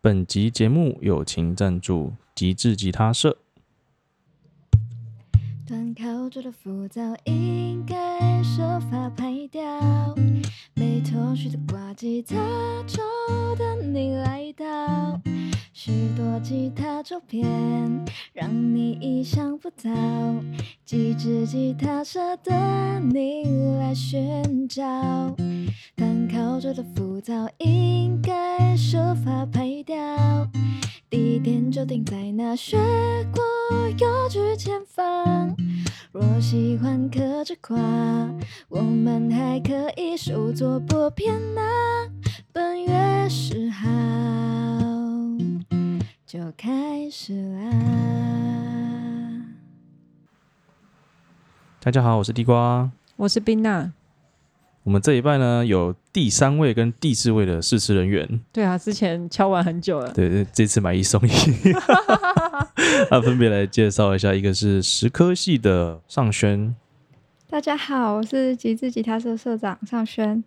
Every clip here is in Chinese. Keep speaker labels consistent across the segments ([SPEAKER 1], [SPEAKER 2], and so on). [SPEAKER 1] 本集节目友情赞助极致吉他社。
[SPEAKER 2] 断口中的浮躁应该设法排掉，没头绪的挂吉他手等你来到，许多吉他照片让你意想不到，几支吉他社等你来寻找。断口中的浮躁应该设法排掉，地点就定在那雪国邮局前方。若喜欢可之夸，我们还可以手作薄片啊。本月十号就开始啦。
[SPEAKER 1] 大家好，我是地瓜。
[SPEAKER 3] 我是冰娜。
[SPEAKER 1] 我们这一拜呢，有第三位跟第四位的试吃人员，
[SPEAKER 3] 对啊，之前敲完很久了。
[SPEAKER 1] 对，对这次买一送一。 那分别来介绍一下，一个是石科系的尚轩，
[SPEAKER 4] 大家好，我是极致吉他社社长尚轩。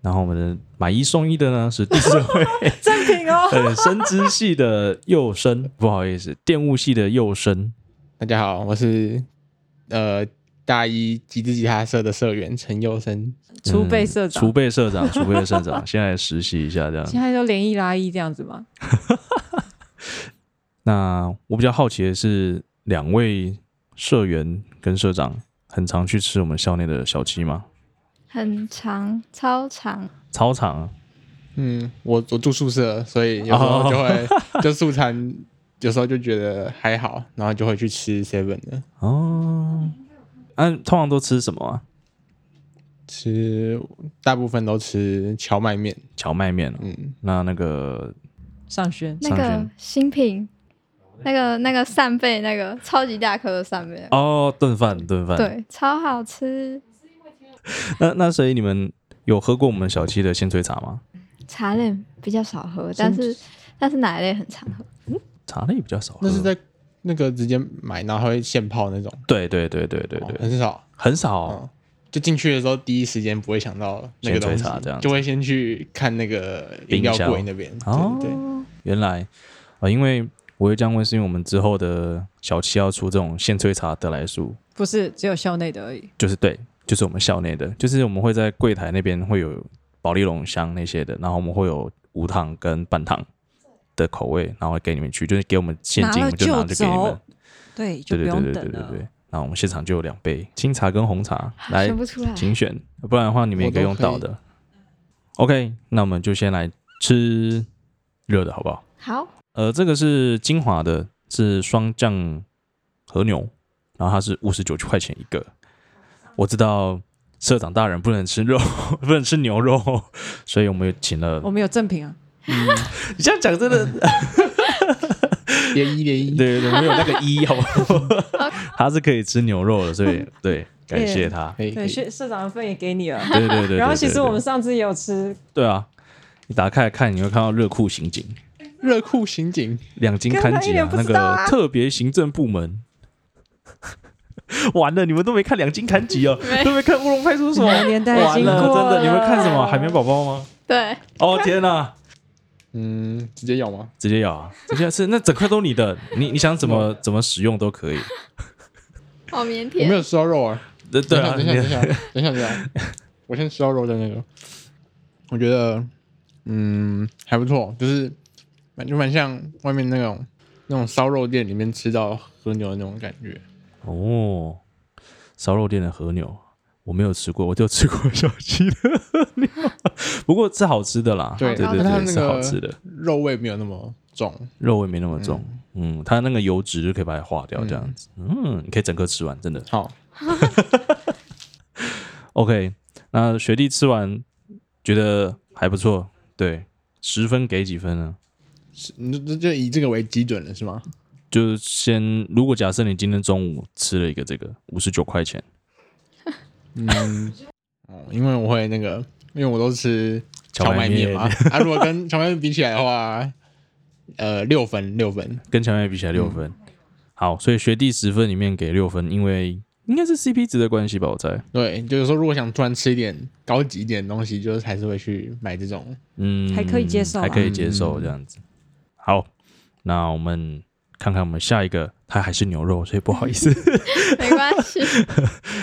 [SPEAKER 1] 然后我们的买一送一的呢是第四位，
[SPEAKER 3] 正品哦，
[SPEAKER 1] 呃，生知系的幼生，不好意思，电务系的幼生。
[SPEAKER 5] 大家好，我是呃大一极致吉他社的社员陈佑生。
[SPEAKER 3] 储备
[SPEAKER 1] 嗯
[SPEAKER 3] 社长
[SPEAKER 1] 储备社长，储备社长，先来实习一下这样。
[SPEAKER 3] 现在都连一拉一这样子嘛。
[SPEAKER 1] 那我比较好奇的是，两位社员跟社长很常去吃我们校内的小七吗？
[SPEAKER 4] 很长，超长，
[SPEAKER 1] 操场啊
[SPEAKER 5] 嗯，我我住宿舍，所以有时候就会、 就素餐，有时候就觉得还好，然后就会去吃 seven 的，
[SPEAKER 1] 哦，啊，通常都吃什么啊？
[SPEAKER 5] 吃大部分都吃荞麦面。
[SPEAKER 1] 荞麦面、哦。
[SPEAKER 5] 嗯，
[SPEAKER 1] 那那个
[SPEAKER 3] 尚轩，
[SPEAKER 4] 那
[SPEAKER 1] 尚
[SPEAKER 4] 个
[SPEAKER 1] 轩
[SPEAKER 4] 新品，那个那个扇贝，那个超级大颗的扇贝，
[SPEAKER 1] 哦，炖饭，炖饭。。
[SPEAKER 4] 对，超好吃。
[SPEAKER 1] 那那所以你们有喝过我们小七的鲜萃茶吗？
[SPEAKER 4] 茶类比较少喝，但是但是奶类很常喝。
[SPEAKER 1] 茶类比较少喝。
[SPEAKER 5] 那是在那个直接买，然后会现泡那种，
[SPEAKER 1] 对对对对对对，
[SPEAKER 5] 哦很少。
[SPEAKER 1] 很少、
[SPEAKER 5] 哦，就进去的时候第一时间不会想到那个东
[SPEAKER 1] 先
[SPEAKER 5] 西
[SPEAKER 1] 追查这样，子
[SPEAKER 5] 就会先去看那个饮料柜那边。
[SPEAKER 1] 哦
[SPEAKER 5] 对对对，
[SPEAKER 1] 原来啊、呃因为我会这样问，是因为我们之后的小七要出这种现萃茶得来速，
[SPEAKER 3] 不是只有校内的而已。
[SPEAKER 1] 就是对，就是我们校内的，就是我们会在柜台那边会有保利龙香那些的，然后我们会有无糖跟半糖的口味，然后会给你们去，就是给我们现金，
[SPEAKER 3] 拿
[SPEAKER 1] 我
[SPEAKER 3] 了
[SPEAKER 1] 们就拿去给你们
[SPEAKER 3] 走。，对，就
[SPEAKER 1] 对
[SPEAKER 3] 不
[SPEAKER 1] 对对
[SPEAKER 3] 用
[SPEAKER 1] 对对
[SPEAKER 3] 等
[SPEAKER 1] 对对
[SPEAKER 3] 了。。啊
[SPEAKER 1] 然后我们现场就有两杯清茶跟红茶，来
[SPEAKER 4] 选不出来
[SPEAKER 1] 请选，不然的话你们也可以用倒的。OK，那我们就先来吃热的好不好？
[SPEAKER 4] 好，
[SPEAKER 1] 呃，这个是金华的，是双酱和牛，然后它是五十九块钱一个。我知道社长大人不能吃肉， 不能吃牛肉，所以我们也请了
[SPEAKER 3] 我。们有正品啊，
[SPEAKER 1] 哦你这样讲真的，
[SPEAKER 5] 连一连一。
[SPEAKER 1] 对对对，没有那个一， 好不好？他是可以吃牛肉的，所 以对，感谢他。
[SPEAKER 5] 可以可
[SPEAKER 3] 对，
[SPEAKER 5] 以
[SPEAKER 3] 社社长的份也给你了。
[SPEAKER 1] 对对对对对。
[SPEAKER 3] 然后其实
[SPEAKER 1] 对
[SPEAKER 3] 我们上次也有吃，
[SPEAKER 1] 对啊，你打开来看，你会看到热库刑警
[SPEAKER 5] 热裤刑警，
[SPEAKER 1] 两金
[SPEAKER 3] 看
[SPEAKER 1] 刊
[SPEAKER 3] 他
[SPEAKER 1] 集
[SPEAKER 3] 一脸
[SPEAKER 1] 啊，
[SPEAKER 3] 不
[SPEAKER 1] 那
[SPEAKER 3] 知道啊
[SPEAKER 1] 个特别行政部门。 完了，你们都没看两金刊集哦，都没看乌龙派出所。
[SPEAKER 3] 我们年代已
[SPEAKER 1] 完
[SPEAKER 3] 经过
[SPEAKER 1] 了，真的，你们看什么？
[SPEAKER 3] 了
[SPEAKER 1] 海绵宝宝吗？
[SPEAKER 4] 对，
[SPEAKER 1] 哦天哪，
[SPEAKER 5] 嗯，直接咬吗？
[SPEAKER 1] 直接咬啊，直接吃，那整块都你的， 你你想怎么怎么使用都可以。
[SPEAKER 4] 好腼
[SPEAKER 5] 我没
[SPEAKER 4] 腆。
[SPEAKER 5] 有吃到肉啊。
[SPEAKER 1] 对对啊，
[SPEAKER 5] 等一下，等一
[SPEAKER 1] 你
[SPEAKER 5] 下，等一下，等一下，我先吃到肉的那个，我觉得，嗯，还不错，就是蛮就蛮像外面那种那种烧肉店里面吃到和牛的那种感觉。
[SPEAKER 1] 哦，烧肉店的和牛我没有吃过，我就吃过小七的和牛， 不过是好吃的啦。
[SPEAKER 5] 对
[SPEAKER 1] 对对
[SPEAKER 5] 但它
[SPEAKER 1] 对，
[SPEAKER 5] 那个
[SPEAKER 1] 是好吃的。
[SPEAKER 5] 肉味没有那么重，
[SPEAKER 1] 肉味没那么重，嗯，它那个油脂就可以把它化掉，这样子，嗯，你可以整个吃完，真的。
[SPEAKER 5] 好，
[SPEAKER 1] OK，那学弟吃完觉得还不错，对，十分给几分呢？
[SPEAKER 5] 是你就就以这个为基准了是吗？
[SPEAKER 1] 就是先，如果假设你今天中午吃了一个这个五十九块钱
[SPEAKER 5] 嗯，哦，因为我会那个，因为我都吃荞麦面嘛，
[SPEAKER 1] 荞
[SPEAKER 5] 啊，如果跟荞麦面比起来的话，呃，六分六分，
[SPEAKER 1] 跟荞麦面比起来六分，好，所以学弟十分里面给六分，因为应该是 CP 值的关系吧，我猜。
[SPEAKER 5] 对，就有时候如果想突然吃一点高级一点的东西，就是还是会去买这种。
[SPEAKER 1] 嗯，
[SPEAKER 3] 还可以接受啊
[SPEAKER 1] 还可以接受
[SPEAKER 4] 嗯
[SPEAKER 1] 这样子。好，那我们看看我们下一个，它还是牛肉，所以不好意 思，
[SPEAKER 4] 没关系。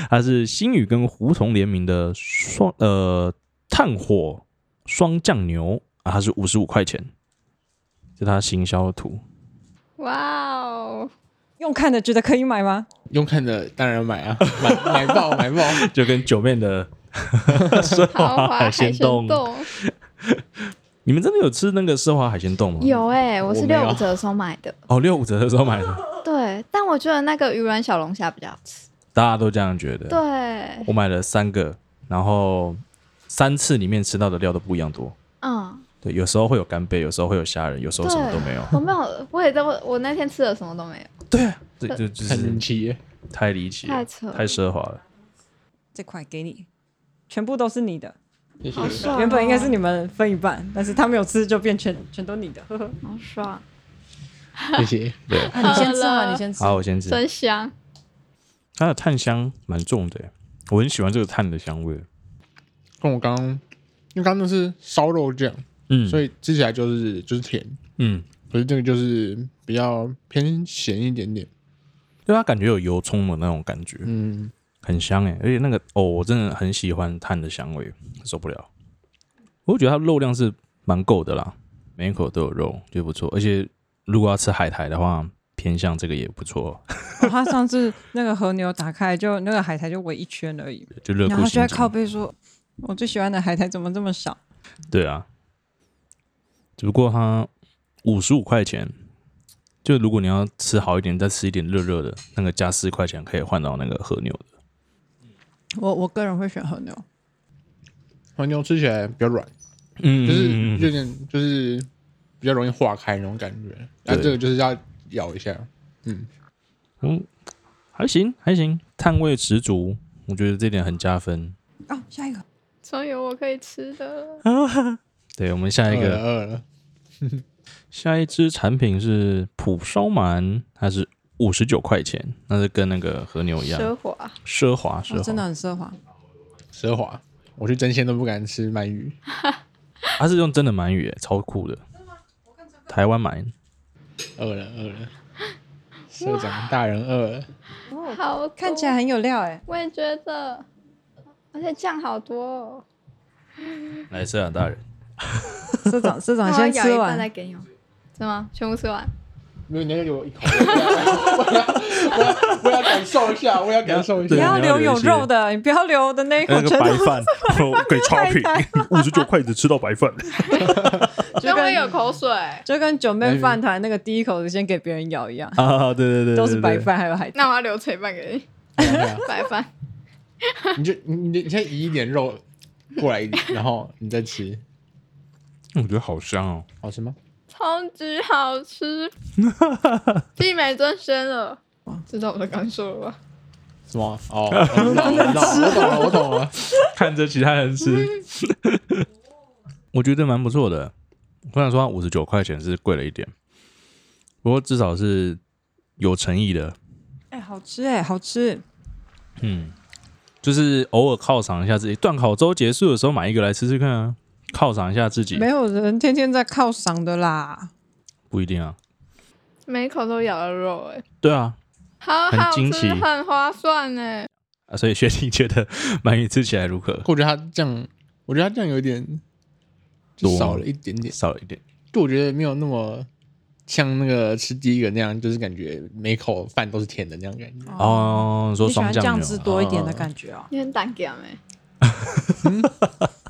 [SPEAKER 1] 它是新宇跟胡同联名的双呃炭火双酱牛啊，它是五十五块钱，这是它行销图。
[SPEAKER 4] 哇哦，
[SPEAKER 3] 用看的觉得可以买吗？
[SPEAKER 5] 用看的当然要买 啊，买买爆买爆！
[SPEAKER 1] 就跟九面的奢
[SPEAKER 4] 豪
[SPEAKER 1] 华
[SPEAKER 4] 华
[SPEAKER 1] 海
[SPEAKER 4] 海
[SPEAKER 1] 鲜
[SPEAKER 4] 鲜
[SPEAKER 1] 冻，
[SPEAKER 4] 冻
[SPEAKER 1] 你们真的有吃那个奢华海鲜冻吗？
[SPEAKER 4] 有哎、我是
[SPEAKER 5] 我没有
[SPEAKER 4] 六五折的时候买的。
[SPEAKER 1] 哦，六五折的时候买 的，
[SPEAKER 4] 对，但我觉得那个鱼软小龙虾比较好吃。
[SPEAKER 1] 大家都这样觉得。
[SPEAKER 4] 对，
[SPEAKER 1] 我买了三个，然后三次里面吃到的料都不一样多。
[SPEAKER 4] 嗯，
[SPEAKER 1] 对，有时候会有干贝，有时候会有虾仁，有时候什么都没 有。
[SPEAKER 4] 我没有，我也在我我那天吃的什么都没有，
[SPEAKER 1] 这这就
[SPEAKER 5] 很
[SPEAKER 1] 是
[SPEAKER 5] 神奇耶，
[SPEAKER 1] 太离奇了，
[SPEAKER 4] 太扯了
[SPEAKER 1] 太奢华了。
[SPEAKER 3] 这块给你，全部都是你的。
[SPEAKER 5] 谢
[SPEAKER 4] 好
[SPEAKER 5] 谢。
[SPEAKER 4] 爽、啊
[SPEAKER 3] 原本应该是，你们分一半，但是他没有吃就变全全都你的。呵呵，
[SPEAKER 4] 好爽，
[SPEAKER 5] 谢谢。
[SPEAKER 1] 对，
[SPEAKER 3] 啊那你先吃
[SPEAKER 4] 好
[SPEAKER 3] 嘛，
[SPEAKER 4] 了
[SPEAKER 3] 你先吃。
[SPEAKER 1] 好，我先吃。
[SPEAKER 4] 真香。
[SPEAKER 1] 它的炭香蛮重的耶，我很喜欢这个炭的香味。
[SPEAKER 5] 跟我刚刚，因为刚刚那是烧肉酱，
[SPEAKER 1] 嗯，
[SPEAKER 5] 所
[SPEAKER 1] 以
[SPEAKER 5] 以吃起来就是就是甜，
[SPEAKER 1] 嗯，
[SPEAKER 5] 可是这个就是比较偏咸一点点。
[SPEAKER 1] 对它感觉有油葱的那种感觉，
[SPEAKER 5] 嗯，
[SPEAKER 1] 很香哎。而且那个哦，我真的很喜欢炭的香味，受不了。我觉得它肉量是蛮够的啦，每一口都有肉，就不错。而且如果要吃海苔的话，偏向这个也不错，
[SPEAKER 3] 哦他上次那个和牛打开就那个海苔就围一圈而已，
[SPEAKER 1] 就热
[SPEAKER 3] 然后
[SPEAKER 1] 乎
[SPEAKER 3] 他就
[SPEAKER 1] 心
[SPEAKER 3] 在
[SPEAKER 1] 情
[SPEAKER 3] 靠背说：“我最喜欢的海苔怎么这么少
[SPEAKER 1] 对啊，只不过它五十五块钱，就如果你要吃好一点，再吃一点热热的，那个加四块钱可以换到那个和牛的。？”
[SPEAKER 3] 我我个人会选和牛，
[SPEAKER 5] 黄牛吃起来比较软，
[SPEAKER 1] 嗯
[SPEAKER 5] 就是有点就是比较容易化开那种感觉。那
[SPEAKER 1] 对
[SPEAKER 5] 这个就是要咬一下，
[SPEAKER 1] 嗯，还行还行，碳味十足，我觉得这点很加分。
[SPEAKER 3] 哦，下一个
[SPEAKER 4] 终于有我可以吃的了，
[SPEAKER 1] 对我们下一
[SPEAKER 5] 饿
[SPEAKER 1] 个，
[SPEAKER 5] 了饿了。
[SPEAKER 1] 下一支产品是蒲烧鳗，它是五十九块钱，那是跟那个和牛一样
[SPEAKER 4] 奢华，
[SPEAKER 1] 奢华奢
[SPEAKER 3] 哦
[SPEAKER 1] 华，
[SPEAKER 3] 真的很奢华，
[SPEAKER 5] 奢华，我去真鲜都不敢吃鳗鱼，
[SPEAKER 1] 它是用真的鳗鱼耶，超酷的，台湾鳗。
[SPEAKER 5] 饿了饿了。社长大人饿了，
[SPEAKER 4] 好多
[SPEAKER 3] 看起来很有料 哎。
[SPEAKER 4] 我也觉得，而且酱好多、哦。
[SPEAKER 1] 来，社长大人，
[SPEAKER 3] 社长，社长
[SPEAKER 4] 那我
[SPEAKER 3] 先
[SPEAKER 4] 咬一
[SPEAKER 3] 吃
[SPEAKER 4] 半
[SPEAKER 3] 完
[SPEAKER 4] 再，给你哦，是吗？全部吃完？
[SPEAKER 5] 没有你要给我一口，我要我要我要感受一下，我要感受一
[SPEAKER 3] 不
[SPEAKER 1] 对
[SPEAKER 5] 下。
[SPEAKER 3] 要
[SPEAKER 1] 你要
[SPEAKER 3] 留
[SPEAKER 1] 留
[SPEAKER 3] 有
[SPEAKER 1] 一些
[SPEAKER 3] 肉的，你不要留的那一口
[SPEAKER 1] 那个
[SPEAKER 3] 全
[SPEAKER 1] 白
[SPEAKER 3] 都
[SPEAKER 1] 饭给超
[SPEAKER 3] 太
[SPEAKER 1] 品
[SPEAKER 3] 太，
[SPEAKER 1] 五十九块只吃到白饭。
[SPEAKER 4] 那我也有口水。
[SPEAKER 3] 就跟九妹饭团那个第一口先给别人咬一样，
[SPEAKER 1] 啊，对对对，对
[SPEAKER 3] 都是白。饭还有海苔。
[SPEAKER 4] 那我要留垂半给 你，白饭。
[SPEAKER 5] 你就你你你先移一点肉过来一点，然后你再吃，
[SPEAKER 1] 对对我觉得好香哦。
[SPEAKER 5] 好吃吗？
[SPEAKER 4] 超级好 吃，媲美真鲜了。知道我的感受了吧？
[SPEAKER 5] 什么？哦，我知道，我知道我懂了，我懂了。
[SPEAKER 1] 看着其他人吃，我觉得蛮不错的。虽然说五十九块钱是贵了一点，不过至少是有诚意的。
[SPEAKER 3] 哎，好吃哎，好吃！
[SPEAKER 1] 嗯，就是偶尔犒赏一下自己。断考周结束的时候买一个来吃吃看啊，犒赏一下自己
[SPEAKER 3] 没。有人天天在犒赏的啦。
[SPEAKER 1] 不一定啊，
[SPEAKER 4] 每一口都咬了肉、欸，哎，
[SPEAKER 1] 对啊。
[SPEAKER 4] 好
[SPEAKER 1] 很
[SPEAKER 4] 好
[SPEAKER 1] 惊
[SPEAKER 4] 吃，
[SPEAKER 1] 奇
[SPEAKER 4] 很划算哎、
[SPEAKER 1] 啊所以学弟觉得 鳗鱼吃起来如何？
[SPEAKER 5] 我觉得它这样，我觉得它这样有一点就
[SPEAKER 1] 多
[SPEAKER 5] 少了一点点，
[SPEAKER 1] 少了一点。
[SPEAKER 5] 就我觉得没有那么像那个吃第一个那样，就是感觉每口饭都是甜的那样感觉。
[SPEAKER 1] 哦，说
[SPEAKER 3] 你喜
[SPEAKER 1] 双
[SPEAKER 3] 欢
[SPEAKER 1] 酱
[SPEAKER 3] 酱
[SPEAKER 1] 牛啊
[SPEAKER 3] 汁多一点的感觉哦。
[SPEAKER 4] 你很胆敢哎，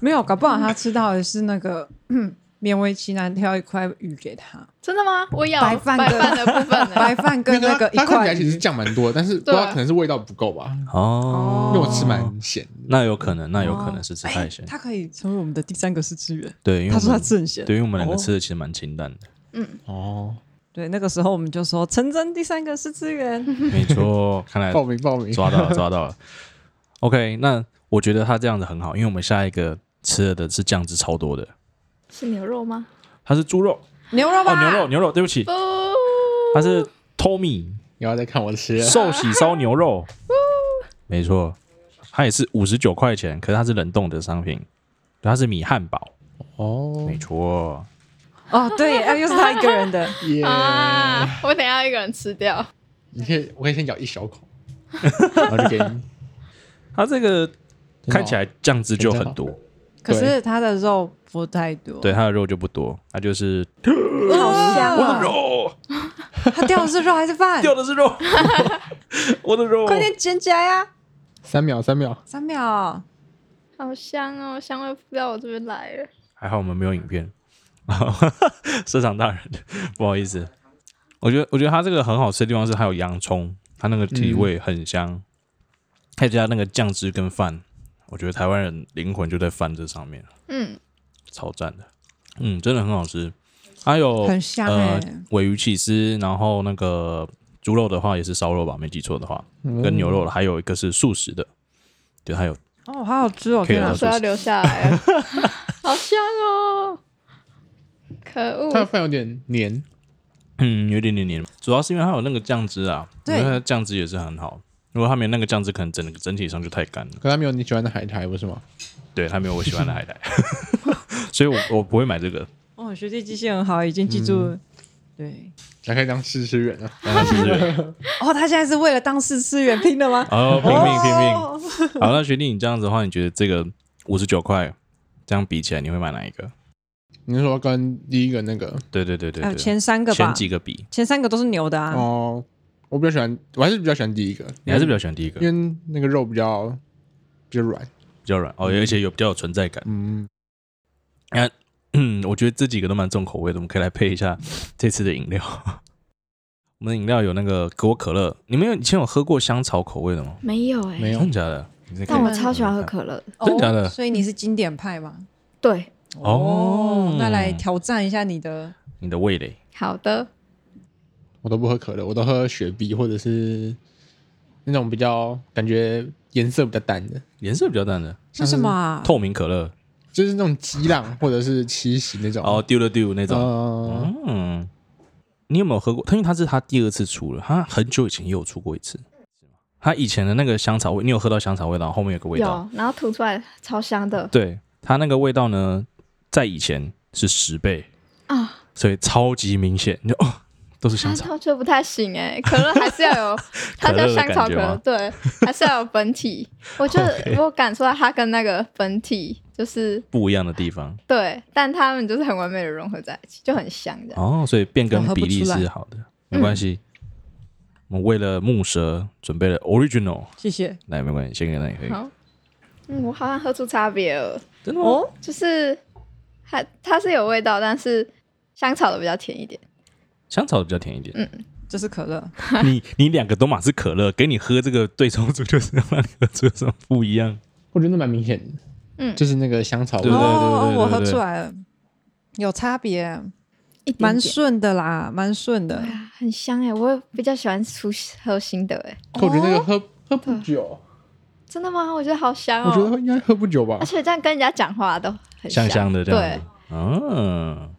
[SPEAKER 3] 没有，搞不好他吃到的是那个 嗯勉为其难挑一块鱼给他，
[SPEAKER 1] 啊
[SPEAKER 4] 真的吗？我咬
[SPEAKER 3] 白饭的
[SPEAKER 4] 的部分、欸，
[SPEAKER 3] 白饭跟那个一
[SPEAKER 5] 它看起
[SPEAKER 3] 块
[SPEAKER 5] 来其实
[SPEAKER 3] 鱼。
[SPEAKER 5] 酱蛮多的，但是不知
[SPEAKER 4] 对
[SPEAKER 5] 道可能是味道不够吧，
[SPEAKER 1] 哦
[SPEAKER 5] 因，为我吃蛮咸的。
[SPEAKER 1] 那有可能，那有可能是吃太咸。
[SPEAKER 3] 哦哎他可以成为我们的第三个试吃员。
[SPEAKER 1] 对，因为
[SPEAKER 3] 他
[SPEAKER 1] 我
[SPEAKER 3] 说他
[SPEAKER 1] 们
[SPEAKER 3] 吃很哦咸。
[SPEAKER 1] 对，因为我们两个吃的其实蛮清淡的，
[SPEAKER 5] 哦，
[SPEAKER 3] 对，那个时候我们就说陈真第三个试吃 员。
[SPEAKER 1] 没错。看来
[SPEAKER 5] 报名报名，
[SPEAKER 1] 抓到了， 抓到了。OK，那我觉得他这样子很好，因为我们下一个吃了的是酱汁超多的，
[SPEAKER 4] 是牛肉吗？
[SPEAKER 1] 它是猪肉
[SPEAKER 3] 牛肉
[SPEAKER 1] 哦，
[SPEAKER 3] 吧，
[SPEAKER 1] 牛肉，牛肉，对不起
[SPEAKER 4] 不，，
[SPEAKER 1] 它是 Tommy
[SPEAKER 5] 然后再看我吃 了。
[SPEAKER 1] 寿喜烧牛肉，没错，它也是五十九块钱，可是它是冷冻的商品，它是米汉堡，
[SPEAKER 5] 哦
[SPEAKER 1] 没，错。
[SPEAKER 3] 哦，对，啊又是他一个人的，
[SPEAKER 5] 耶！
[SPEAKER 1] 嗯
[SPEAKER 4] 啊！我等一下一个人吃掉，
[SPEAKER 5] 你可以，我可以先咬一小 口，然后就给你。
[SPEAKER 1] 它这个
[SPEAKER 5] 真的
[SPEAKER 1] 看起来酱汁就
[SPEAKER 5] 真
[SPEAKER 1] 很
[SPEAKER 5] 好
[SPEAKER 1] 多，
[SPEAKER 3] 可是他的肉不太多，
[SPEAKER 1] 对，它的肉就不多，它就是
[SPEAKER 3] 好香啊！
[SPEAKER 1] 肉
[SPEAKER 3] 他掉的是肉还是饭？
[SPEAKER 1] 哎掉的是 肉，我的肉，
[SPEAKER 3] 快点捡起来呀！
[SPEAKER 5] 三秒，三秒，
[SPEAKER 3] 三秒，
[SPEAKER 1] 哦
[SPEAKER 4] 好香哦，香味扑到我这边来了。
[SPEAKER 1] 还好我们没有影片。社长大人，不好意思，我觉得我觉得它这个很好吃的地方是还有洋葱，它
[SPEAKER 3] 嗯
[SPEAKER 1] 那个体味很香，再加那个酱汁跟饭，我觉得台湾人灵魂就在饭这上面了，
[SPEAKER 4] 嗯，
[SPEAKER 1] 超赞的，嗯，真的很好吃。还有
[SPEAKER 3] 很香
[SPEAKER 1] 呃
[SPEAKER 3] 哎，
[SPEAKER 1] 尾鱼起司，然后那个猪肉的话也是烧肉吧，没记错的话，
[SPEAKER 5] 嗯
[SPEAKER 1] 跟牛肉的，还有一个是素食的，对，还有
[SPEAKER 3] 哦，好好吃哦！
[SPEAKER 1] 可以
[SPEAKER 3] 天
[SPEAKER 1] 了
[SPEAKER 3] 啊
[SPEAKER 1] 是，
[SPEAKER 4] 我要留 下来了，好香哦！可
[SPEAKER 5] 它的
[SPEAKER 4] 恶，
[SPEAKER 5] 饭有点黏，
[SPEAKER 1] 嗯，有点点黏，主要是因为它有那个酱汁啊，
[SPEAKER 3] 对
[SPEAKER 1] 我觉得它的酱汁也是很好。如果它没有那个酱汁，可能整个整体上就太干了。
[SPEAKER 5] 可它没有你喜欢的海苔，不是吗？
[SPEAKER 1] 对，它没有我喜欢的海 苔，所以我我不会买这个。
[SPEAKER 3] 哦，学弟记性很好，已经记住
[SPEAKER 1] 嗯
[SPEAKER 3] 了。对，
[SPEAKER 5] 还可以当试吃员啊。
[SPEAKER 1] 当然是这个
[SPEAKER 3] 哦，他现在是为了当试吃员拼的吗？
[SPEAKER 1] 哦，拼命拼命。
[SPEAKER 3] 哦
[SPEAKER 1] 好，那学弟，你这样子的话，你觉得这个五十九块这样比起来，你会买哪一个？
[SPEAKER 5] 你是说跟第一个那个
[SPEAKER 1] 对对对对
[SPEAKER 3] 还有
[SPEAKER 1] 对，
[SPEAKER 3] 呃前三个吧
[SPEAKER 1] 前，几个比，
[SPEAKER 3] 前三个都是牛的啊。
[SPEAKER 5] 哦，我比较喜欢，我还是比较喜欢第一个，
[SPEAKER 1] 你还是比较喜欢第一个，
[SPEAKER 5] 因
[SPEAKER 3] 嗯
[SPEAKER 5] 为那个肉比较比较软。
[SPEAKER 1] 比较软哦，
[SPEAKER 3] 嗯
[SPEAKER 1] 而且有比较有存在感。
[SPEAKER 5] 嗯，
[SPEAKER 1] 嗯，我觉得这几个都蛮重口味的，我们可以来配一下这次的饮料。 我们的饮料有那个可口可乐，你们有以前有喝过香草口味的吗？
[SPEAKER 2] 没有哎、
[SPEAKER 5] 没有
[SPEAKER 1] 真的假的？你这可以
[SPEAKER 2] 但我超喜欢喝
[SPEAKER 1] 看看
[SPEAKER 2] 可乐
[SPEAKER 4] 嗯
[SPEAKER 2] 的。
[SPEAKER 3] 哦
[SPEAKER 1] 真假的
[SPEAKER 3] 所以你是经典派嘛？
[SPEAKER 2] 对，
[SPEAKER 1] 哦
[SPEAKER 3] 那来挑战一下你的
[SPEAKER 1] 你的味蕾。
[SPEAKER 4] 好的，
[SPEAKER 5] 我都不喝可乐，我都喝雪碧或者是那种比较感觉颜色比较淡的，
[SPEAKER 1] 颜色比较淡的
[SPEAKER 3] 为什么啊？
[SPEAKER 1] 透明可乐，
[SPEAKER 5] 就是那种激浪或者是七喜那种。
[SPEAKER 1] 哦，丢了丢那种。
[SPEAKER 5] 嗯，
[SPEAKER 1] 嗯，你有没有喝过？它因为它是它第二次出了，它很久以前也有出过一次。它以前的那个香草味，你有喝到香草味道？后面有个味道，
[SPEAKER 4] 有，然后吐出来超香的
[SPEAKER 1] 对，它那个味道呢，在以前是十倍，
[SPEAKER 4] 啊！
[SPEAKER 1] 所以超级明显。你就哦，都是香
[SPEAKER 4] 它
[SPEAKER 3] 啊
[SPEAKER 1] 草。
[SPEAKER 4] 它却不太行哎，可乐还是 要有，它叫香草
[SPEAKER 1] 可
[SPEAKER 4] 可
[SPEAKER 1] 乐
[SPEAKER 4] 乐，
[SPEAKER 1] 的
[SPEAKER 4] 对，还是要有本体。 我觉得
[SPEAKER 1] OK
[SPEAKER 4] 我感受到它跟那个本体就是
[SPEAKER 1] 不一样的地方
[SPEAKER 4] 对，但它们就是很完美的融合在一起，就很香这样。
[SPEAKER 1] 哦，所以变更
[SPEAKER 3] 我喝不
[SPEAKER 1] 比例
[SPEAKER 3] 出
[SPEAKER 1] 是
[SPEAKER 3] 来嗯
[SPEAKER 1] 好的，没关系。我们为了木蛇准备了 original，
[SPEAKER 3] 谢谢。
[SPEAKER 1] 来没关系，先给那也可以。
[SPEAKER 4] 好，嗯，我好像喝出差别了，
[SPEAKER 1] 真的
[SPEAKER 3] 哦
[SPEAKER 1] 吗？
[SPEAKER 4] 就是它它是有味道，但是香草的比较甜一点。
[SPEAKER 1] 香草的比较甜一点。
[SPEAKER 3] 这是可乐，
[SPEAKER 1] 你你两个都满是可乐，给你喝这个对冲组就是要让你喝出什么不一样。
[SPEAKER 5] 我觉得那蛮明显的，
[SPEAKER 4] 嗯
[SPEAKER 5] 就是那个香草味
[SPEAKER 1] 对。对
[SPEAKER 3] 哦
[SPEAKER 1] 对对对
[SPEAKER 3] 我喝
[SPEAKER 1] 对
[SPEAKER 3] 出来了，有差别，
[SPEAKER 4] 一点
[SPEAKER 3] 蛮
[SPEAKER 4] 点
[SPEAKER 3] 顺的啦，蛮顺的
[SPEAKER 4] 对。啊，很香哎、我也比较喜欢出喝新的哎、
[SPEAKER 5] 可我觉得那个喝喝不久，
[SPEAKER 4] 真的吗？我觉得好香
[SPEAKER 5] 我
[SPEAKER 4] 哦、
[SPEAKER 5] 觉得应该喝不久吧
[SPEAKER 4] 而。且这样跟人家讲话都
[SPEAKER 1] 啊
[SPEAKER 4] 很
[SPEAKER 1] 香
[SPEAKER 4] 香
[SPEAKER 1] 香的这样子。嗯。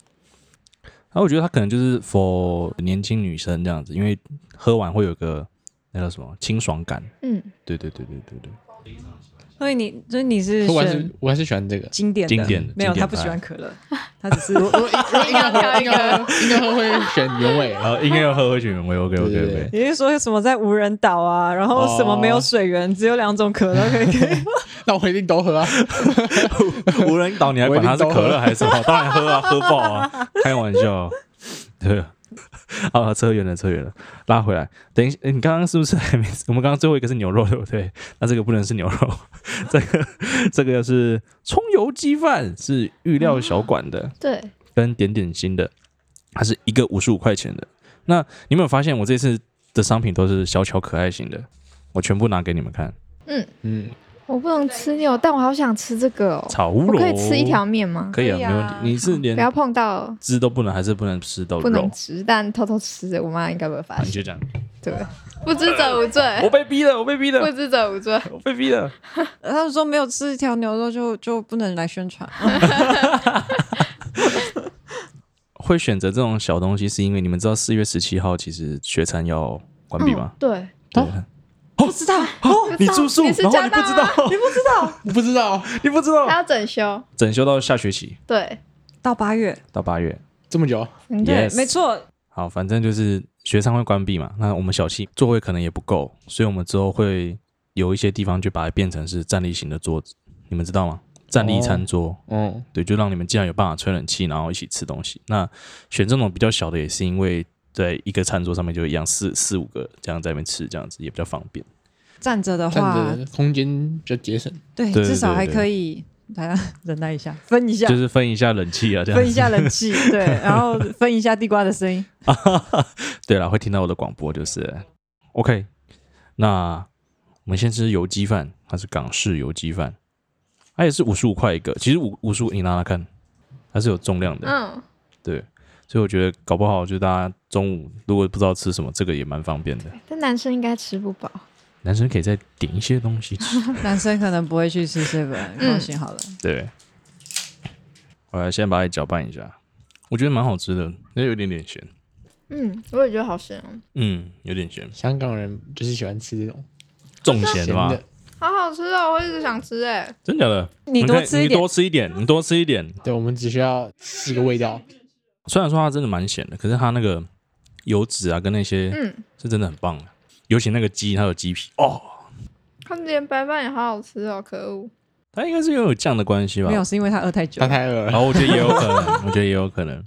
[SPEAKER 1] 然后我觉得它可能就是 for 年轻女生这样子，因为喝完会有个那叫什么清爽感。
[SPEAKER 4] 对，嗯，
[SPEAKER 1] 对对对对对对，
[SPEAKER 3] 所以你，所以你是
[SPEAKER 5] 我还是
[SPEAKER 3] 选
[SPEAKER 5] 我还是喜欢这个。
[SPEAKER 3] 经典的，
[SPEAKER 1] 经典的
[SPEAKER 3] 没有
[SPEAKER 1] 经典
[SPEAKER 3] 他
[SPEAKER 1] 派
[SPEAKER 3] 不喜欢可乐， 他只 是
[SPEAKER 5] 我我应该喝，应该喝，应该喝会选原味。
[SPEAKER 1] 然后应该要喝回去原味。OK OK
[SPEAKER 5] 对
[SPEAKER 1] OK。
[SPEAKER 3] 你是说什么在无人岛啊，然后什么没有水源，只有两种可乐可以可
[SPEAKER 1] 哦
[SPEAKER 3] 以
[SPEAKER 5] 那我一定都喝啊！
[SPEAKER 1] 无人岛你还管它是可乐还是什么？当然喝啊，喝爆啊！开玩笑，对。啊，扯远了，扯远了，拉回来。等一下，诶你刚刚是不是还没？我们刚刚最后一个是牛肉，对不对？那这个不能是牛肉， 这个这个是葱油鸡饭，是预料小馆的。
[SPEAKER 4] 对，
[SPEAKER 1] 跟点点心的，它是一个五十五块钱的。那你有没有发现我这次的商品都是小巧可爱型的？我全部拿给你们看，
[SPEAKER 5] 嗯，
[SPEAKER 4] 我不能吃牛，但我好想吃这个哦、
[SPEAKER 1] 炒乌
[SPEAKER 4] 我
[SPEAKER 1] 龙
[SPEAKER 4] 可以吃一条，面吗？
[SPEAKER 1] 可以啊，
[SPEAKER 3] 可以啊
[SPEAKER 1] 没问题。你是连
[SPEAKER 4] 不要碰到，
[SPEAKER 1] 汁都不能，还是不能吃到
[SPEAKER 4] 不能
[SPEAKER 1] 肉？
[SPEAKER 4] 吃，但偷偷吃，我妈应该不会发
[SPEAKER 1] 啊你就
[SPEAKER 4] 现。
[SPEAKER 1] 这样，
[SPEAKER 4] 对，不知者无罪，
[SPEAKER 1] 我被逼了，哎我被逼
[SPEAKER 4] 不
[SPEAKER 1] 了，
[SPEAKER 4] 知者无罪。
[SPEAKER 1] 我被逼了。
[SPEAKER 3] 他们说没有吃一条牛肉就就不能来宣传。
[SPEAKER 1] 会选择这种小
[SPEAKER 4] 嗯
[SPEAKER 1] 东西，是因为你们知道四月十七号其实学餐要关闭吗？
[SPEAKER 4] 对，
[SPEAKER 1] 对。
[SPEAKER 5] 哦
[SPEAKER 3] 不知道哦，
[SPEAKER 1] 啊你住宿，
[SPEAKER 4] 你是啊
[SPEAKER 1] 然后你
[SPEAKER 4] 家
[SPEAKER 1] 不
[SPEAKER 4] 大
[SPEAKER 1] 知道，
[SPEAKER 3] 你不知道，
[SPEAKER 5] 我不知道
[SPEAKER 1] 你不知
[SPEAKER 4] 还
[SPEAKER 1] 道，
[SPEAKER 4] 要整修，
[SPEAKER 1] 整修到下学期
[SPEAKER 4] 对，
[SPEAKER 3] 到八月，
[SPEAKER 1] 到八月。
[SPEAKER 5] 这么久，
[SPEAKER 4] 嗯
[SPEAKER 3] 对
[SPEAKER 1] Yes，
[SPEAKER 3] 没错，
[SPEAKER 1] 好，反正就是学商会关闭嘛，那我们小系座位可能也不够，所以我们之后会有一些地方就把它变成是站立型的桌子，你们知道吗？站立餐桌，
[SPEAKER 5] 嗯，
[SPEAKER 1] 对，就让你们既然有办法吹冷气，然后一起吃东西。那选这种比较小的，也是因为在一个餐桌上面就一样四四五个这样在那边吃，这样子也比较方便。
[SPEAKER 3] 站着的话
[SPEAKER 5] 站，着空间比较节省，
[SPEAKER 3] 对，
[SPEAKER 1] 对对
[SPEAKER 3] 至少
[SPEAKER 1] 对
[SPEAKER 3] 还
[SPEAKER 1] 对
[SPEAKER 3] 可以，大家 忍耐一下，分一下
[SPEAKER 1] 就，是分一下冷气啊，这样
[SPEAKER 3] 分一
[SPEAKER 1] 子。
[SPEAKER 3] 下冷气，对，然后分一下地瓜的声音。
[SPEAKER 1] 对了，会听到我的广播就是 OK。那我们先吃油鸡饭，它是港式油鸡饭，它也是五十五块一个。其实五五十五，你拿拿看，它是有重量的。
[SPEAKER 4] 嗯，
[SPEAKER 1] 对，所以我觉得搞不好就大家中午如果不知道吃什么，这个也蛮方便的。
[SPEAKER 4] 但男生应该吃不饱，
[SPEAKER 1] 男生可以再点一些东西吃。
[SPEAKER 3] 男生可能不会去吃 seven，
[SPEAKER 4] 嗯
[SPEAKER 3] 放心好了。
[SPEAKER 1] 对，我来先把它搅拌一下，我觉得蛮好吃的，那有点点咸，
[SPEAKER 4] 嗯，我也觉得好咸哦，
[SPEAKER 1] 嗯，有点咸，
[SPEAKER 5] 香港人就是喜欢吃这种
[SPEAKER 1] 重咸
[SPEAKER 5] 咸
[SPEAKER 1] 的吧？
[SPEAKER 5] 的，
[SPEAKER 4] 好好吃哦，我一直想吃哎，
[SPEAKER 1] 真假的？
[SPEAKER 3] 你
[SPEAKER 1] 可
[SPEAKER 3] 多
[SPEAKER 1] 以
[SPEAKER 3] 吃一
[SPEAKER 1] 你
[SPEAKER 3] 点
[SPEAKER 1] 多，吃一点，你多吃一点。
[SPEAKER 5] 对，我们只需要四个味道，
[SPEAKER 1] 虽然说它真的蛮咸的，可是它那个油脂啊，跟那些、
[SPEAKER 4] 嗯，
[SPEAKER 1] 是真的很棒的，尤其那个鸡，它有鸡皮哦，
[SPEAKER 4] 它连白饭也好好吃哦，可恶，
[SPEAKER 1] 它应该是因为有酱的关系吧
[SPEAKER 3] 没？有是因为他饿太久
[SPEAKER 5] 他。太饿
[SPEAKER 1] 然
[SPEAKER 5] 了，
[SPEAKER 1] 后我觉得也有可能，我觉得也有可能。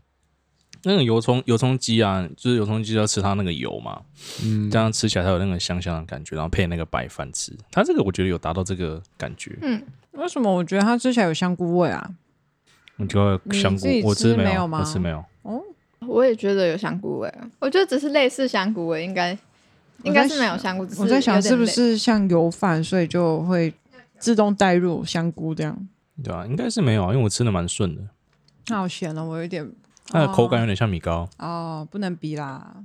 [SPEAKER 1] 那种油葱油葱鸡啊，就是油葱鸡要吃它那个油嘛，
[SPEAKER 5] 嗯
[SPEAKER 1] 这，样吃起来才有那个香香的感觉，然后配那个白饭吃。它这个我觉得有达到这个感觉，
[SPEAKER 4] 嗯，
[SPEAKER 3] 为什么我觉得它吃起来有香菇味啊？
[SPEAKER 1] 你就
[SPEAKER 3] 你
[SPEAKER 1] 香
[SPEAKER 3] 自己
[SPEAKER 1] 菇，我
[SPEAKER 3] 吃
[SPEAKER 1] 没
[SPEAKER 3] 没有吗
[SPEAKER 1] 我吃没有。
[SPEAKER 3] 哦，
[SPEAKER 4] 我也觉得有香菇味，啊我觉得只是类似香菇味，应该
[SPEAKER 3] 我在
[SPEAKER 4] 应该是没有香菇，只
[SPEAKER 3] 我在想
[SPEAKER 4] 有点
[SPEAKER 3] 是不
[SPEAKER 4] 类
[SPEAKER 3] 是像油饭，所以就会自动带入香菇这样。
[SPEAKER 1] 对啊，应该是没有啊，因为我吃的蛮顺的，
[SPEAKER 3] 那好咸哦，我有点
[SPEAKER 1] 它的口感有点像米糕。
[SPEAKER 3] 哦，不能比啦，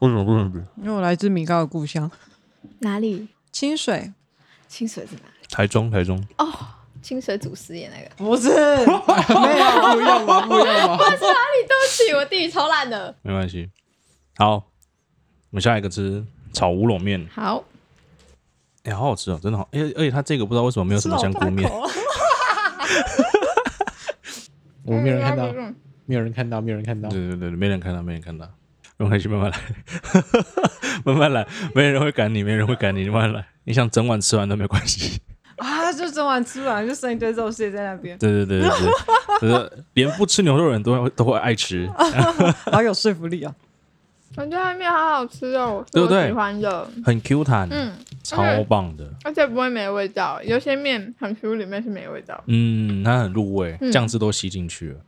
[SPEAKER 1] 为什么不能比？
[SPEAKER 3] 因为我来自米高的故乡
[SPEAKER 4] 哪里
[SPEAKER 3] 清水，
[SPEAKER 4] 清水是哪里？
[SPEAKER 1] 台中，台中，
[SPEAKER 4] 清水祖师爷那个，
[SPEAKER 3] 不是没有
[SPEAKER 5] 不一样吧，不一样吧，
[SPEAKER 4] 对不起，我地理超烂的。
[SPEAKER 1] 没关系。好，我们下一个吃炒乌龙面，
[SPEAKER 4] 好，
[SPEAKER 1] 哎、好好吃哦，真的好。而且而且它这个不知道为什么没有什么香菇面，
[SPEAKER 5] 我们没有人看到，
[SPEAKER 4] 嗯
[SPEAKER 5] 没有人看到，没有人看到
[SPEAKER 1] 对，对对对，没人看到，没人看到。没关系，慢慢来， 慢慢来，没人会赶你，没人会赶你，你慢慢来。你想整碗吃完都没关系。
[SPEAKER 3] 啊，就整碗吃完就剩一堆肉屑在那 边，
[SPEAKER 1] 对对对对对，就是连不吃牛肉的人都会都会爱 吃。
[SPEAKER 3] 好有说服力哦。
[SPEAKER 4] 我觉得它面好好吃哦，是
[SPEAKER 1] 对不
[SPEAKER 4] 我
[SPEAKER 1] 对
[SPEAKER 4] 喜欢的，
[SPEAKER 1] 很 Q 弹，
[SPEAKER 4] 嗯，
[SPEAKER 1] 超棒的，
[SPEAKER 4] 而且不会没味道。有些面很酥，里面是没味道。
[SPEAKER 1] 嗯，它很入味，
[SPEAKER 4] 嗯
[SPEAKER 1] 酱汁都吸进去了。